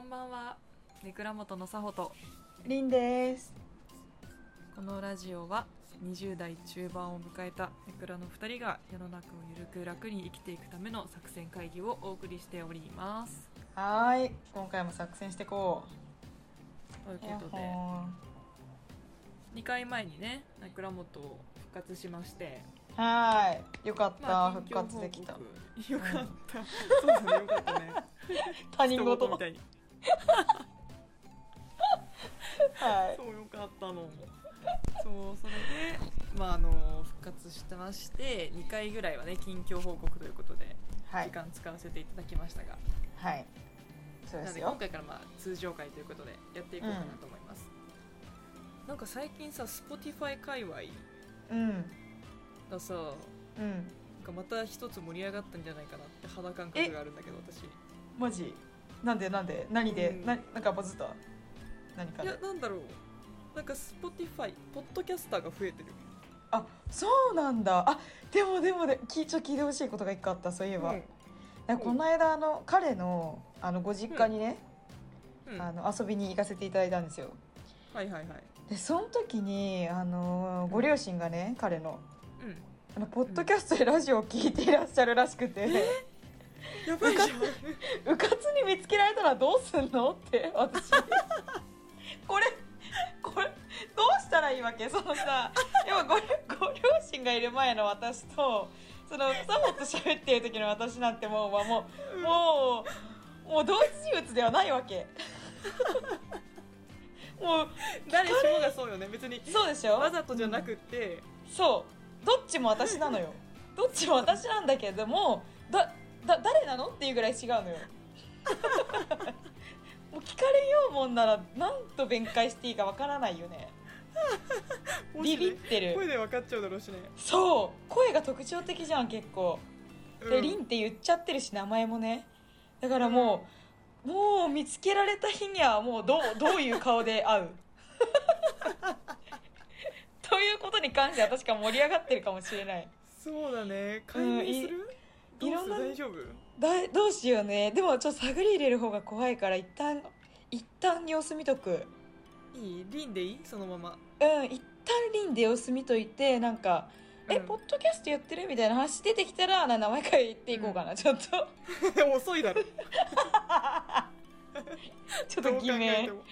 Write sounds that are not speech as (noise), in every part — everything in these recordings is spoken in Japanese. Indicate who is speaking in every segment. Speaker 1: んばんはネクラ元のさほと
Speaker 2: りんです。
Speaker 1: このラジオは20代中盤を迎えたネクラの2人が世の中をゆるく楽に生きていくための作戦会議をお送りしております
Speaker 2: はーい、今回も作戦してこ
Speaker 1: という
Speaker 2: う。やっ
Speaker 1: こと
Speaker 2: ほ
Speaker 1: で
Speaker 2: ー
Speaker 1: 2回前にねネクラ元を復活しまして
Speaker 2: はーい、よかった、
Speaker 1: 近
Speaker 2: 復
Speaker 1: 況報
Speaker 2: 活
Speaker 1: 告
Speaker 2: できた。
Speaker 1: よかった、そうだねよかったね
Speaker 2: (laughs) 他人
Speaker 1: 人
Speaker 2: 事
Speaker 1: 事み
Speaker 2: は
Speaker 1: たいに
Speaker 2: い。
Speaker 1: そうよかったのそうそれでまああの復活してまして2回ぐらいはね近況報告ということで
Speaker 2: は
Speaker 1: 時
Speaker 2: い、
Speaker 1: 間使わせていただきましたが、
Speaker 2: はい。そう
Speaker 1: なの
Speaker 2: です
Speaker 1: で今
Speaker 2: よ。
Speaker 1: 回からまあ通常回ということでやっていこうかなと思います、なんか最近さ Spotify 界隈
Speaker 2: うん、
Speaker 1: がさ
Speaker 2: うん、
Speaker 1: なんかまた一つ盛り上がったんじゃないかなって肌感覚があるんだけど私い
Speaker 2: マジ。なんで、なんで、何で、
Speaker 1: うん
Speaker 2: な、なんかバズった。何か
Speaker 1: や
Speaker 2: で。
Speaker 1: なんだろうなんか Spotify ポッドキャスターが増えてる
Speaker 2: あ、そうなんだ。あ、でも、でも、で、き、ちょ、聞いてほしいことが一個あった、そういえば。なんかこの間、あの、彼の、あの、ご実家にね、
Speaker 1: うんうん
Speaker 2: あ
Speaker 1: はい
Speaker 2: の、遊びに行かせていただいたんですよ。
Speaker 1: はいはい
Speaker 2: でその時にあのーご両親がね彼の
Speaker 1: うん
Speaker 2: あのポッドキャストでラジオを聞いていらっしゃるらしくて、
Speaker 1: やばい
Speaker 2: (laughs)
Speaker 1: じゃん
Speaker 2: うかつに見つけられたらどうすんのって
Speaker 1: (laughs)
Speaker 2: 私これこれどうしたらいいわけそのさ今ごご両親がいる前の私とそのサモと喋ってる時の私なんてもう、まあ、もうもうもう同一人物ではないわ
Speaker 1: (laughs)
Speaker 2: けもう
Speaker 1: 誰しもがそうよね別に
Speaker 2: そうでしょ
Speaker 1: わざとじゃなくって、
Speaker 2: そうどっちも私なのよどっちも私なんだけれどもだだ誰なのっていうぐらい違う
Speaker 1: (laughs)
Speaker 2: のよもう聞かれようもんならなんと弁解していいかわからないよね
Speaker 1: もし
Speaker 2: ビ
Speaker 1: ね
Speaker 2: ビって
Speaker 1: 声
Speaker 2: る
Speaker 1: で分かっちゃうだろうしね、
Speaker 2: そう声が特徴的じゃん結構
Speaker 1: う
Speaker 2: で
Speaker 1: ん
Speaker 2: リンって言っちゃってるし名前もねだからもう、もう見つけられた日にはもうどうどういう顔
Speaker 1: (laughs)
Speaker 2: で会うということに関しては確か盛り上がってるかもしれない
Speaker 1: そうだね解明する、どうする
Speaker 2: いいろんな
Speaker 1: 大丈夫
Speaker 2: だいどうしようねでもちょっと探り入れる方が怖いから一旦一旦様子見とく
Speaker 1: いいリンでいいそのまま
Speaker 2: うん一旦リンで様子見といてなんか「え
Speaker 1: うん
Speaker 2: ポッドキャストやってる?」みたいな話出てきたらな名前から言っていこうかな、ちょっと
Speaker 1: (laughs) 遅いだ (laughs) ろ
Speaker 2: (laughs) ちょっ
Speaker 1: どう考
Speaker 2: と偽
Speaker 1: え
Speaker 2: 名
Speaker 1: て
Speaker 2: も
Speaker 1: も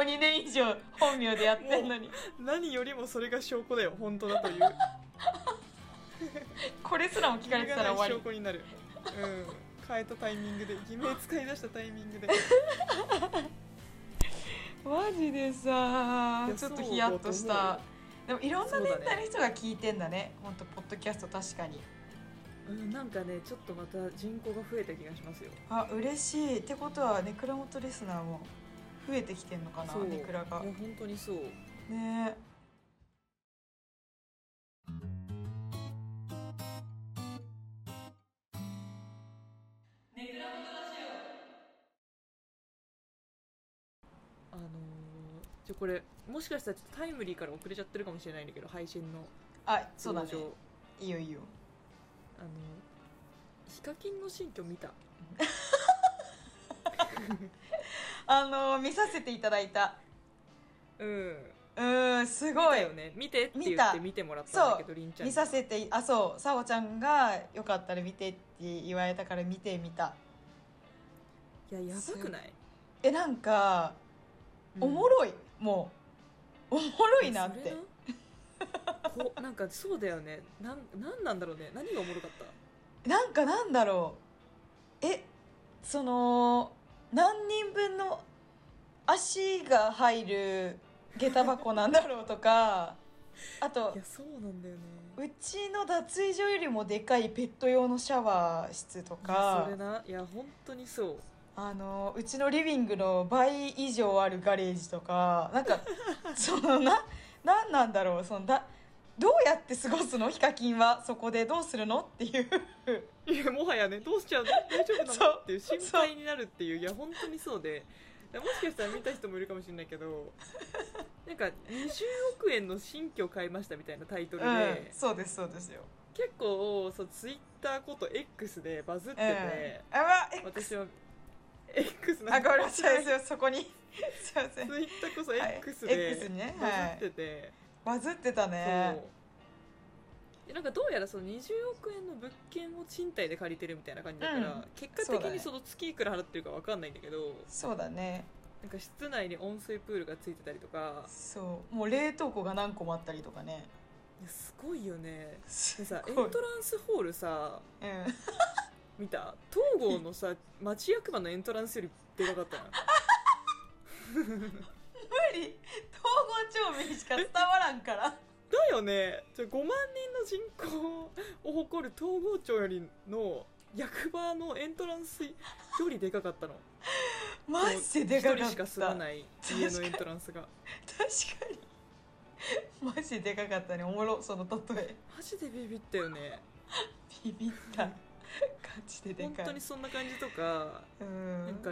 Speaker 2: う2年以上本名でやってんのに
Speaker 1: 何よりもそれが証拠だよ本 (laughs) 当だという
Speaker 2: これすらも聞かれてたら
Speaker 1: そ
Speaker 2: 終
Speaker 1: れがない証拠
Speaker 2: わ
Speaker 1: になるうん変えたタイミングで偽名使い出したタイミングで
Speaker 2: りマジでさ
Speaker 1: いや
Speaker 2: ちょっとヒヤッとし
Speaker 1: そうだ
Speaker 2: た
Speaker 1: と
Speaker 2: でもいろんな
Speaker 1: そうだ
Speaker 2: 年
Speaker 1: ね
Speaker 2: 代の人が聞いてんだね本当ポッドキャスト確かに
Speaker 1: うんなんかねちょっとまた人口が増えた気がしますよ
Speaker 2: あ嬉しいってことはネクラ元リスナーも増えてきてんのかなネクラが
Speaker 1: いや本当にそう
Speaker 2: ね
Speaker 1: あのーちょこれもしかしたらちょっとタイムリーから遅れちゃってるかもしれないんだけど配信の
Speaker 2: あそ
Speaker 1: 都
Speaker 2: うだ
Speaker 1: 合
Speaker 2: ね
Speaker 1: 上
Speaker 2: いいよいいよ
Speaker 1: あのヒカキンの新居見た
Speaker 2: あのー見させていただいた
Speaker 1: うん
Speaker 2: うーんす
Speaker 1: 見
Speaker 2: ご
Speaker 1: た
Speaker 2: い
Speaker 1: よね見てって言
Speaker 2: 見
Speaker 1: ったて見てもらったんだけどりんちゃん
Speaker 2: 見
Speaker 1: に
Speaker 2: させてあそうさおちゃんがよかったら見てって言われたから見てみた
Speaker 1: いややばくない、
Speaker 2: えなんかおも
Speaker 1: ろ
Speaker 2: ろい、もうおもろいなって
Speaker 1: こなんかそうだよねなんなんなんだろうね何がおもろかった
Speaker 2: なんかなんだろうえその何人分の足が入る下駄箱なんだろうと
Speaker 1: (laughs)
Speaker 2: かあと
Speaker 1: いやそうなんだよね
Speaker 2: うちの脱衣所よりもでかいペット用のシャワー室と
Speaker 1: いや
Speaker 2: か
Speaker 1: それないや本当にそう
Speaker 2: あのうちのリビングの倍以上あるガレージとかな
Speaker 1: (laughs)
Speaker 2: んかそのな何なんだろうそのだどうやって過ごすのヒカキンはそこでどうするのっていう。
Speaker 1: いやもはやねどうしちゃうの大丈夫な
Speaker 2: そ
Speaker 1: の
Speaker 2: う
Speaker 1: っていう心配になるっていういや本当にそうでもしかしたら見た人もいるかもしれないけどなんか20億円の新居を買いましたみたいなタイトルで、
Speaker 2: うん、そうですそうですよ。
Speaker 1: 結構そうツイッターこと X でバズって
Speaker 2: うん
Speaker 1: て、
Speaker 2: あわえ
Speaker 1: 私は X な
Speaker 2: あ
Speaker 1: ん
Speaker 2: ご
Speaker 1: か
Speaker 2: めんなさいですよそこに (laughs) すいません
Speaker 1: ツイッターこそ
Speaker 2: はい
Speaker 1: X で、
Speaker 2: X にね
Speaker 1: バズ
Speaker 2: は
Speaker 1: って
Speaker 2: い
Speaker 1: て、
Speaker 2: バズってたね
Speaker 1: そうでなんかどうやらその20億円の物件を賃貸で借りてるみたいな感じだから、
Speaker 2: うん
Speaker 1: 結
Speaker 2: そう
Speaker 1: 果的
Speaker 2: だね
Speaker 1: にその月いくら払ってるかわかんないんだけど
Speaker 2: そうだね
Speaker 1: なんか室内に温水プールがついてたりとか
Speaker 2: そうもう冷凍庫が何個もあったりとかね
Speaker 1: いやすごいよね
Speaker 2: す
Speaker 1: でさエン
Speaker 2: ごい
Speaker 1: トランスホールさ
Speaker 2: うん
Speaker 1: 見た東郷のさ町役場のエントランスよりでかかったな
Speaker 2: 無理統合町民しか伝わらんから
Speaker 1: だよねちょ5万人の人口を誇る東郷町よりの役場のエントランスよりでかかったの
Speaker 2: マジででか
Speaker 1: 一人
Speaker 2: かっ
Speaker 1: したか
Speaker 2: 確
Speaker 1: 住ま
Speaker 2: か
Speaker 1: ない家のエントランスが
Speaker 2: にマジででかかったねおもろその例え
Speaker 1: マジでビビったよね
Speaker 2: ビビった感じでで
Speaker 1: 本
Speaker 2: かい
Speaker 1: 当にそんな感じとか、
Speaker 2: うん
Speaker 1: なんか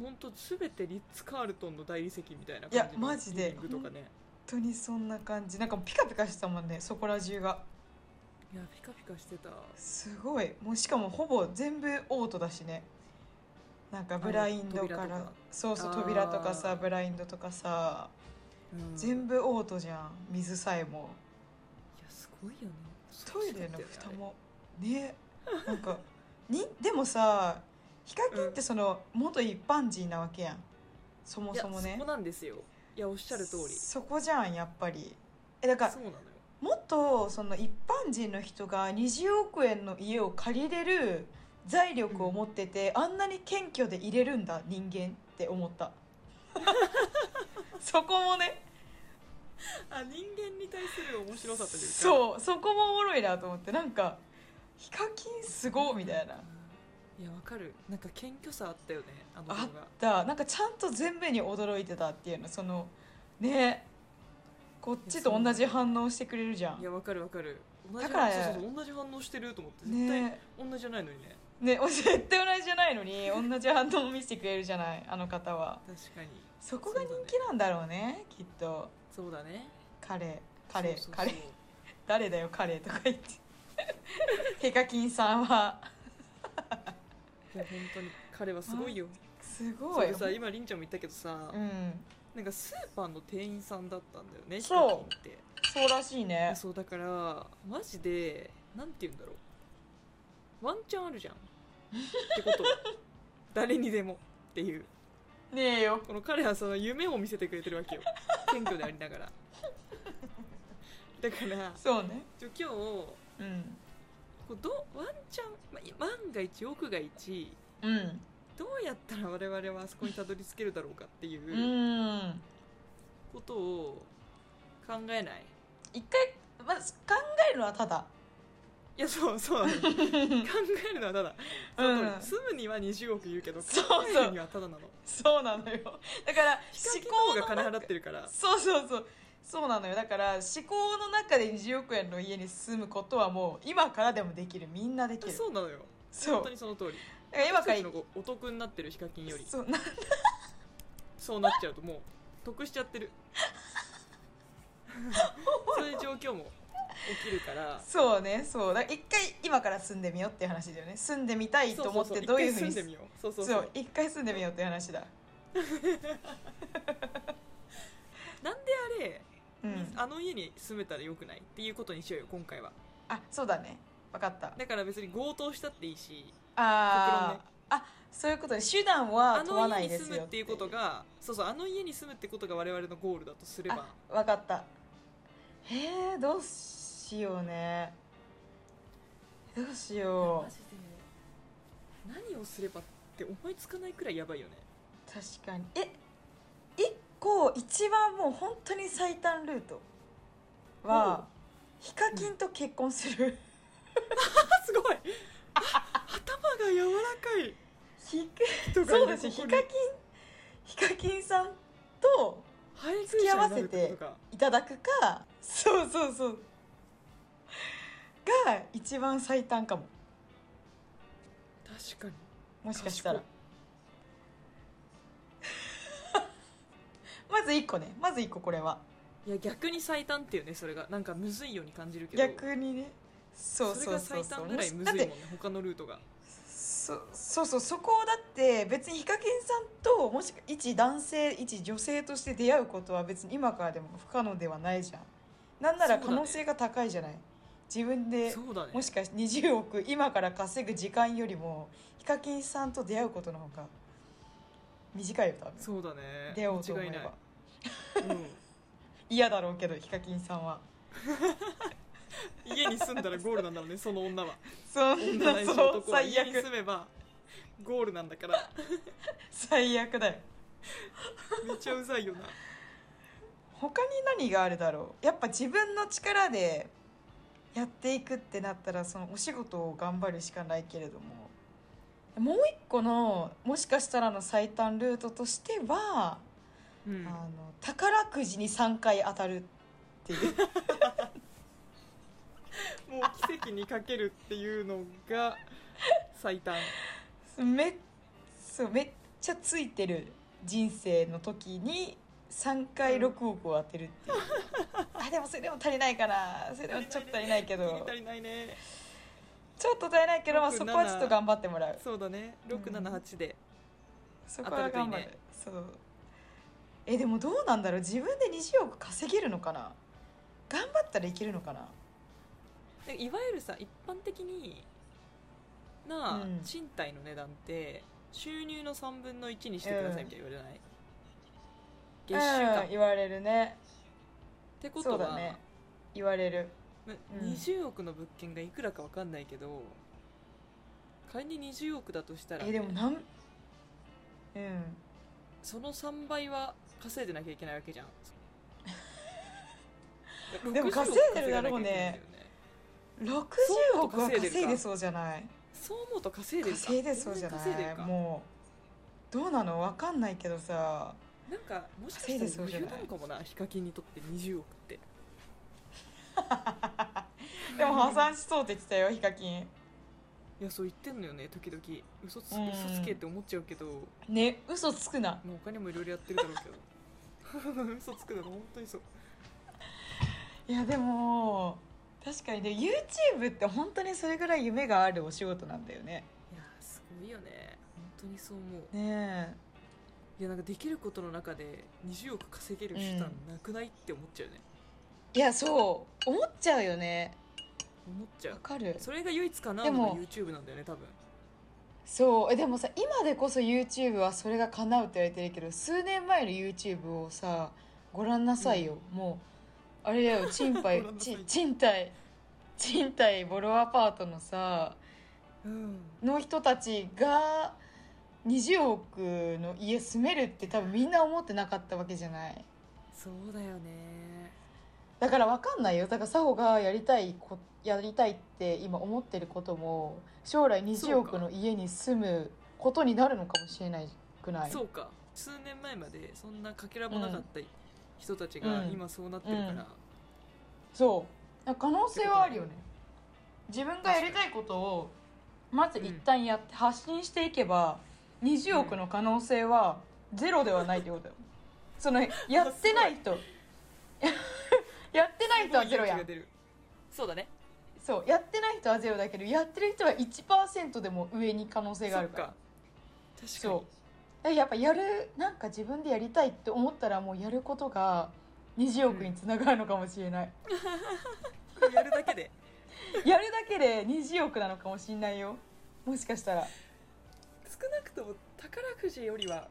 Speaker 1: 本当全てリッツ・カールトンの大理石みたいな感じ
Speaker 2: いやマジ
Speaker 1: リ
Speaker 2: で
Speaker 1: ビングとかね
Speaker 2: 本当にそんな感じなんかピカピカしてたもんねそこら中が
Speaker 1: いやピカピカしてた
Speaker 2: すごいもうしかもほぼ全部オートだしねなんかブラインドから
Speaker 1: あの扉とか
Speaker 2: そうそう
Speaker 1: あー
Speaker 2: 扉とかさブラインドとか
Speaker 1: う
Speaker 2: さ、
Speaker 1: ん
Speaker 2: 全部オートじゃん水さえも
Speaker 1: いやすごいよね
Speaker 2: トイレの蓋もねな
Speaker 1: (laughs)
Speaker 2: んかにでもさヒカキンってその、元一般人なわけやんそも
Speaker 1: いや
Speaker 2: そもね
Speaker 1: そこなんですよいやおっしゃる通り
Speaker 2: そこじゃんやっぱりえだから
Speaker 1: そうなのよ
Speaker 2: もっとその一般人の人が20億円の家を借りれる財力を持ってて、あんなに謙虚でいれるんだ人間って思った
Speaker 1: (laughs)
Speaker 2: そこもね
Speaker 1: あ人間に対する面白さというか
Speaker 2: そうそこもおもろいなと思ってなんかヒカキンすごみたいな
Speaker 1: うんいやわかるなんか謙虚さあったよねあの子
Speaker 2: あ
Speaker 1: が
Speaker 2: ったなんかちゃんと全部に驚いてたっていうのそのねこっちと同じ反応してくれるじゃ
Speaker 1: い
Speaker 2: ん
Speaker 1: やわかるわかる同じ
Speaker 2: だから
Speaker 1: そうそうそう同じ反応してると思って絶対
Speaker 2: ね
Speaker 1: 同じじゃないのにね
Speaker 2: ねお絶対同じじゃないのに同じ反応を見せてくれるじゃないあの方は
Speaker 1: 確かに
Speaker 2: そこが人気なんだろうねきっと
Speaker 1: そうだね
Speaker 2: 彼
Speaker 1: そ
Speaker 2: 彼
Speaker 1: うそうそう
Speaker 2: 彼誰だよ彼とか言って
Speaker 1: (laughs)
Speaker 2: ヒカキンさんはい
Speaker 1: や本当に彼はすごいよ
Speaker 2: す
Speaker 1: そ
Speaker 2: ご
Speaker 1: う
Speaker 2: い
Speaker 1: でさ今りんちゃんも言ったけどさ、
Speaker 2: うん
Speaker 1: なんかスーパーの店員さんだったんだよね
Speaker 2: そう
Speaker 1: ヒカキンって
Speaker 2: そうらしい
Speaker 1: い
Speaker 2: ね
Speaker 1: やそうだからマジでなんて言うんだろうワンチャンあるじゃんって
Speaker 2: (laughs)
Speaker 1: こと誰にでもっていう
Speaker 2: ねえよ
Speaker 1: この彼はその夢を見せてくれてるわけよ謙虚でありながらだから
Speaker 2: そうね
Speaker 1: ちょ今日こ
Speaker 2: うん
Speaker 1: うどうワンチャンまい万が一億が一
Speaker 2: うん
Speaker 1: どうやったら我々はあそこにたどり着けるだろうかっていううんことを考えない
Speaker 2: 一回まず考えるのはただ
Speaker 1: いやそうそう考えるのはただその通り、
Speaker 2: うん
Speaker 1: 住むには20億言うけど考
Speaker 2: そう
Speaker 1: えるにはただなの
Speaker 2: そうなのよだから
Speaker 1: ヒカキンの方
Speaker 2: 思考の
Speaker 1: が金払ってるから
Speaker 2: そうそうそうそうなのよだから思考の中で20億円の家に住むことはもう今からでもできるみんなできる
Speaker 1: そうなのよ
Speaker 2: そう
Speaker 1: 本当にその通り
Speaker 2: だから今から
Speaker 1: 私たちの方がお得になってるヒカキンより
Speaker 2: そうな
Speaker 1: そうなっちゃうともう得しちゃってる
Speaker 2: (laughs)
Speaker 1: そういう状況も起きるから
Speaker 2: そうねそうだから一回今から住んでみようっていう話だよね住んでみたいと思ってどういうふうに
Speaker 1: そうそうそう一回住んでみようそうそうそう
Speaker 2: そう一回住んでみようっていう話だ
Speaker 1: なんであれ、
Speaker 2: うん
Speaker 1: あの家に住めたらよくないっていうことにしようよ今回は
Speaker 2: あそうだね分かった
Speaker 1: だから別に強盗したっていいし
Speaker 2: あ
Speaker 1: 極
Speaker 2: ー、
Speaker 1: 論ね
Speaker 2: あそういうことで手段は
Speaker 1: あ
Speaker 2: 問わ
Speaker 1: の
Speaker 2: な
Speaker 1: 家
Speaker 2: い
Speaker 1: に
Speaker 2: で
Speaker 1: 住
Speaker 2: す
Speaker 1: む
Speaker 2: よ
Speaker 1: っていうことがそうそうあの家に住むってことが我々のゴールだとすれば
Speaker 2: あ分かったへえどうしようねどうしよ
Speaker 1: マジで何をすればって思いつかないくらいやばいよね
Speaker 2: う確かにえ一個一番もう本当に最短ルートはヒカキンと結婚す (laughs) る、
Speaker 1: あすご
Speaker 2: (laughs)
Speaker 1: いあ頭が柔らかい
Speaker 2: ひ
Speaker 1: 人がい
Speaker 2: そう
Speaker 1: る
Speaker 2: ですヒ
Speaker 1: こ
Speaker 2: カ
Speaker 1: こ
Speaker 2: キン
Speaker 1: に
Speaker 2: ヒカキンさんと
Speaker 1: 配偶
Speaker 2: 付き合わせて
Speaker 1: 者になるってことか
Speaker 2: いただくかそうそうそうが一番最短かも
Speaker 1: 確かに
Speaker 2: もしかしたら
Speaker 1: 賢
Speaker 2: まず1個ねまず1個これはい
Speaker 1: いや逆に最短っていうねそれがなんかむずいように感じるけど
Speaker 2: 逆にねそう
Speaker 1: それ
Speaker 2: そう
Speaker 1: が
Speaker 2: そう
Speaker 1: 最
Speaker 2: そ
Speaker 1: 短
Speaker 2: う
Speaker 1: ぐらいむ
Speaker 2: だ
Speaker 1: ず
Speaker 2: っ
Speaker 1: いもん
Speaker 2: て
Speaker 1: ね他のルートが
Speaker 2: そそうそうそこをだって別にヒカキンさんともしく一男性一女性として出会うことは別に今からでも不可能ではないじゃんなんなら可能性が高いじゃない、自分で
Speaker 1: そうだね
Speaker 2: もしかして20億今から稼ぐ時間よりもヒカキンさんと出会うことの方が短いよ多分
Speaker 1: そうだね
Speaker 2: 出会おうと思え
Speaker 1: 間違いない
Speaker 2: ば
Speaker 1: うん
Speaker 2: 嫌だろうけどヒカキンさんは
Speaker 1: 家に住んだらゴールなんだろうねその女は
Speaker 2: (laughs) そん
Speaker 1: 女
Speaker 2: な
Speaker 1: ないし
Speaker 2: そ
Speaker 1: 男
Speaker 2: う
Speaker 1: は家
Speaker 2: 最
Speaker 1: に住
Speaker 2: 悪
Speaker 1: めばゴールなんだから
Speaker 2: 最悪だよ
Speaker 1: めっちゃうざいよな
Speaker 2: 他に何があるだろうやっぱ自分の力でやっていくってなったらそのお仕事を頑張るしかないけれどももう一個のもしかしたらの最短ルートとしては、
Speaker 1: うん
Speaker 2: あの宝くじに3回当たるっていう
Speaker 1: もう奇跡にかけるっていうのが最短
Speaker 2: めそうめっちゃついてる人生の時に3回6億を当てるっ
Speaker 1: (laughs)
Speaker 2: ていう、あでもそれでも足りないかなそれでもちょっと足りないけど
Speaker 1: 足りないね
Speaker 2: ちょっと足りないけど、まあ、
Speaker 1: 6
Speaker 2: そこはちょっと
Speaker 1: 7
Speaker 2: 頑張ってもらう
Speaker 1: そうだね678で、
Speaker 2: そこ
Speaker 1: 当
Speaker 2: は
Speaker 1: たる
Speaker 2: 頑
Speaker 1: と
Speaker 2: 張
Speaker 1: い
Speaker 2: る
Speaker 1: いね
Speaker 2: そうえでもどうなんだろう自分で20億稼げるのかな頑張ったらいけるのかな
Speaker 1: でいわゆるさ一般的になあ、
Speaker 2: うん
Speaker 1: 賃貸の値段って収入の3分の1にしてくださいみたいな言われない、月収か、
Speaker 2: うん
Speaker 1: っ
Speaker 2: 言われるね
Speaker 1: てこ
Speaker 2: そ
Speaker 1: と
Speaker 2: うだ
Speaker 1: は、
Speaker 2: ね言われる
Speaker 1: ま
Speaker 2: うん
Speaker 1: 20億の物件がいくらか分かんないけど仮に20億だとしたら、
Speaker 2: えでもなんうん
Speaker 1: その3倍は稼いでなきゃいけないわけじゃん
Speaker 2: (laughs) で
Speaker 1: 60
Speaker 2: も
Speaker 1: 億
Speaker 2: 稼いでるだろうね
Speaker 1: 稼がなきゃいけないんだよ
Speaker 2: 60億
Speaker 1: 相当
Speaker 2: は
Speaker 1: 稼いでるか
Speaker 2: 稼いでそうじゃない
Speaker 1: そう思うと稼いでるか
Speaker 2: 稼いでそうじゃ
Speaker 1: 全然稼いで
Speaker 2: な
Speaker 1: る
Speaker 2: い
Speaker 1: か
Speaker 2: もうどうなのわかんないけどさ
Speaker 1: なんかもしか
Speaker 2: 稼いで
Speaker 1: した
Speaker 2: そ
Speaker 1: ら
Speaker 2: うじゃ
Speaker 1: 余裕
Speaker 2: ない
Speaker 1: なのかもなヒカキンにとって20億って
Speaker 2: でも破産しそうって言ってたよヒカキン
Speaker 1: いやそう言ってんのよね時々嘘つ
Speaker 2: うん
Speaker 1: 嘘つけって思っちゃうけど、
Speaker 2: ね嘘つくな
Speaker 1: まあ、他にもいろいろやってるだろうけど (laughs) 嘘つくだろ本当にそう
Speaker 2: いやでも確かにね YouTube って本当にそれぐらい夢があるお仕事なんだよね
Speaker 1: いやーすごいよね本当にそう思う
Speaker 2: ね
Speaker 1: いやなんかできることの中で20億稼げる手段なくないって思っちゃうね、
Speaker 2: えいやそう思っちゃうよね
Speaker 1: 思っちゃ
Speaker 2: わ
Speaker 1: う
Speaker 2: かる
Speaker 1: それが唯一かな
Speaker 2: で
Speaker 1: の
Speaker 2: も
Speaker 1: が YouTube なんだよね多分
Speaker 2: そうえでもさ今でこそ YouTube はそれが叶うって言われてるけど数年前の YouTube をさご覧なさいよ、もうあれ
Speaker 1: (laughs)
Speaker 2: だよ賃貸
Speaker 1: ご覧なさい
Speaker 2: ち賃貸賃貸ボロアパートのさ
Speaker 1: うん
Speaker 2: の人たちが20億の家住めるって多分みんな思ってなかったわけじゃない
Speaker 1: そうだよね
Speaker 2: だからわかんないよだから佐穂がやりたいこやりたいって今思ってることも将来20億の家に住むことになるのかもしれないくない
Speaker 1: そうか数年前までそんなかけらもなかった人たちが
Speaker 2: うん
Speaker 1: 今そうなってるから、
Speaker 2: うんそうだから可能性はあるよね自分がやりたいことをまず一旦やって発信していけば20億の可能性はゼロではないってことよそのやってない (laughs) 人やってない人はゼロやん
Speaker 1: すごい勇気が出るそうだね
Speaker 2: そうやってない人はゼロだけどやってる人は1%でも上に可能性があるから
Speaker 1: そっか確かに
Speaker 2: そうやっぱやるなんか自分でやりたいって思ったらもうやることが20億につながるのかもしれない、
Speaker 1: やるだけで
Speaker 2: やるだけで20億なのかもしれないよもしかしたら
Speaker 1: 少なくとも宝くじよりは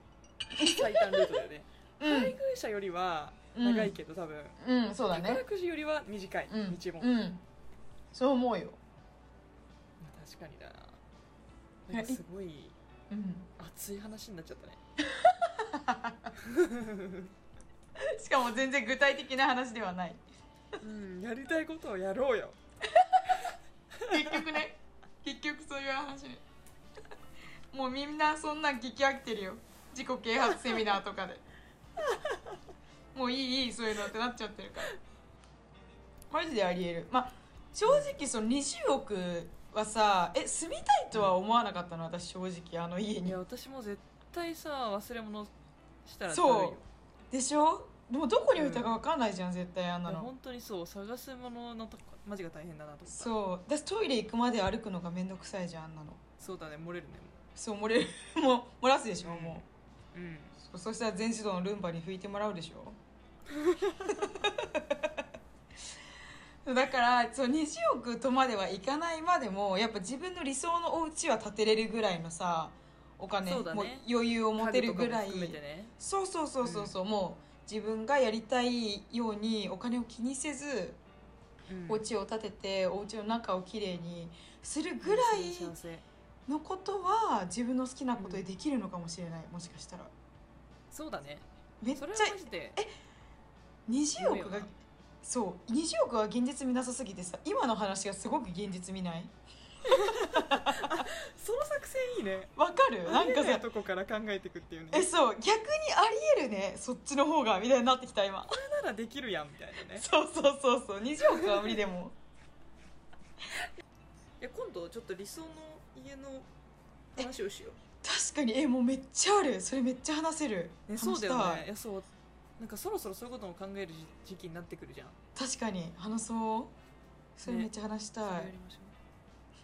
Speaker 1: 最短ルートだよね配偶者よりは長いけど多分、
Speaker 2: うん、うん、そうだ
Speaker 1: 宝
Speaker 2: ね
Speaker 1: くじよりは短い、
Speaker 2: うん
Speaker 1: 道も、
Speaker 2: う
Speaker 1: まあ
Speaker 2: んそう思うよ、
Speaker 1: 確かにだななんかすごい
Speaker 2: うん、
Speaker 1: 熱い話になっちゃったね
Speaker 2: しかも全然具体的な話ではない
Speaker 1: うんやりたいことをやろうよ
Speaker 2: 結局ね結局そういう話もうみんなそんなん聞き飽きてるよ自己啓発セミナーとかでもういいいいそういうのってなっちゃってるからマジでありえるまあ正直その20億はさえ住みたいとは思わなかったの私正直あの家
Speaker 1: い
Speaker 2: に
Speaker 1: や私も絶対さ忘れ物したら
Speaker 2: そう
Speaker 1: だるいよ
Speaker 2: でしょでもどこに置いたか分かんないじゃん、絶対あん
Speaker 1: い
Speaker 2: な
Speaker 1: や
Speaker 2: の
Speaker 1: 本当にそう探すもののとこマジが大変だなと思った
Speaker 2: そう私トイレ行くまで歩くのがめんどくさいじゃんあんなの
Speaker 1: そうだね漏れるね
Speaker 2: そう
Speaker 1: (laughs)
Speaker 2: 漏れるもう漏らすでしょも
Speaker 1: うん
Speaker 2: うそそしたら全自動のルンバに拭いてもらうでしょ (laughs) だからそう20億とまではいかないまでもやっぱ自分の理想のお家は建てれるぐらいのさお金、
Speaker 1: そうだね
Speaker 2: もう余裕を持てるぐらい
Speaker 1: 家具とかも含めてね
Speaker 2: そうそうそうそうそう、もう自分がやりたいようにお金を気にせず
Speaker 1: うん
Speaker 2: お家を建ててお家の中をきれいにするぐらい
Speaker 1: 幸せ
Speaker 2: のことは自分の好きなことでできるのかもしれない、もしかしたら
Speaker 1: そうだね
Speaker 2: めっちゃ
Speaker 1: それはマジで
Speaker 2: 20億
Speaker 1: 夢
Speaker 2: が
Speaker 1: よな
Speaker 2: そう20億は現実見なさすぎてさ今の話がすごく現実見ない
Speaker 1: その作戦いいね
Speaker 2: わかるなんか
Speaker 1: ありえい
Speaker 2: さ
Speaker 1: とこから考えていくっていうね
Speaker 2: えそう逆にありえるねそっちの方がみたいになってきた今
Speaker 1: ならできるやんみたいなね
Speaker 2: そうそうそうそう20億は無理でも
Speaker 1: いや今度ちょっと理想の家の話をしよ
Speaker 2: 確かにえもうめっちゃあるそれめっちゃ話せる、
Speaker 1: う、ね、
Speaker 2: 話
Speaker 1: そ
Speaker 2: し
Speaker 1: うだ
Speaker 2: たい
Speaker 1: よねいやそうなんかそろそろそういうことも考える時期になってくるじゃん
Speaker 2: 確かに話そうそれめっちゃ話したい、
Speaker 1: それやりましょ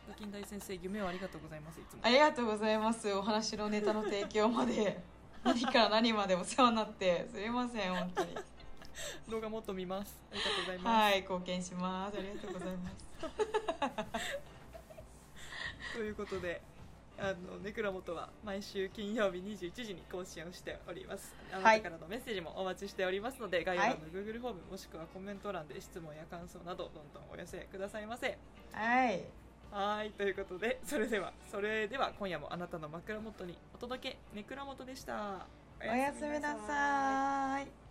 Speaker 1: う金大先生夢をありがとうございますいつも
Speaker 2: ありがとうございますお話のネタの提供
Speaker 1: (laughs)
Speaker 2: まで何から何までお世話になってすいません本当に
Speaker 1: 動画もっと見ますありがとうございます、
Speaker 2: はい貢献しますありがとうございます
Speaker 1: (laughs) ということであのネクラ元は毎週金曜日21時に更新をしておりますあな
Speaker 2: は
Speaker 1: た
Speaker 2: い
Speaker 1: からのメッセージもお待ちしておりますので、概要欄の Google フォームもしくはコメント欄で質問や感想などどんどんお寄せくださいませ
Speaker 2: はい
Speaker 1: はいということでそれではそれでは今夜もあなたの枕元にお届けネクラ元でしたお
Speaker 2: おやすみなさーい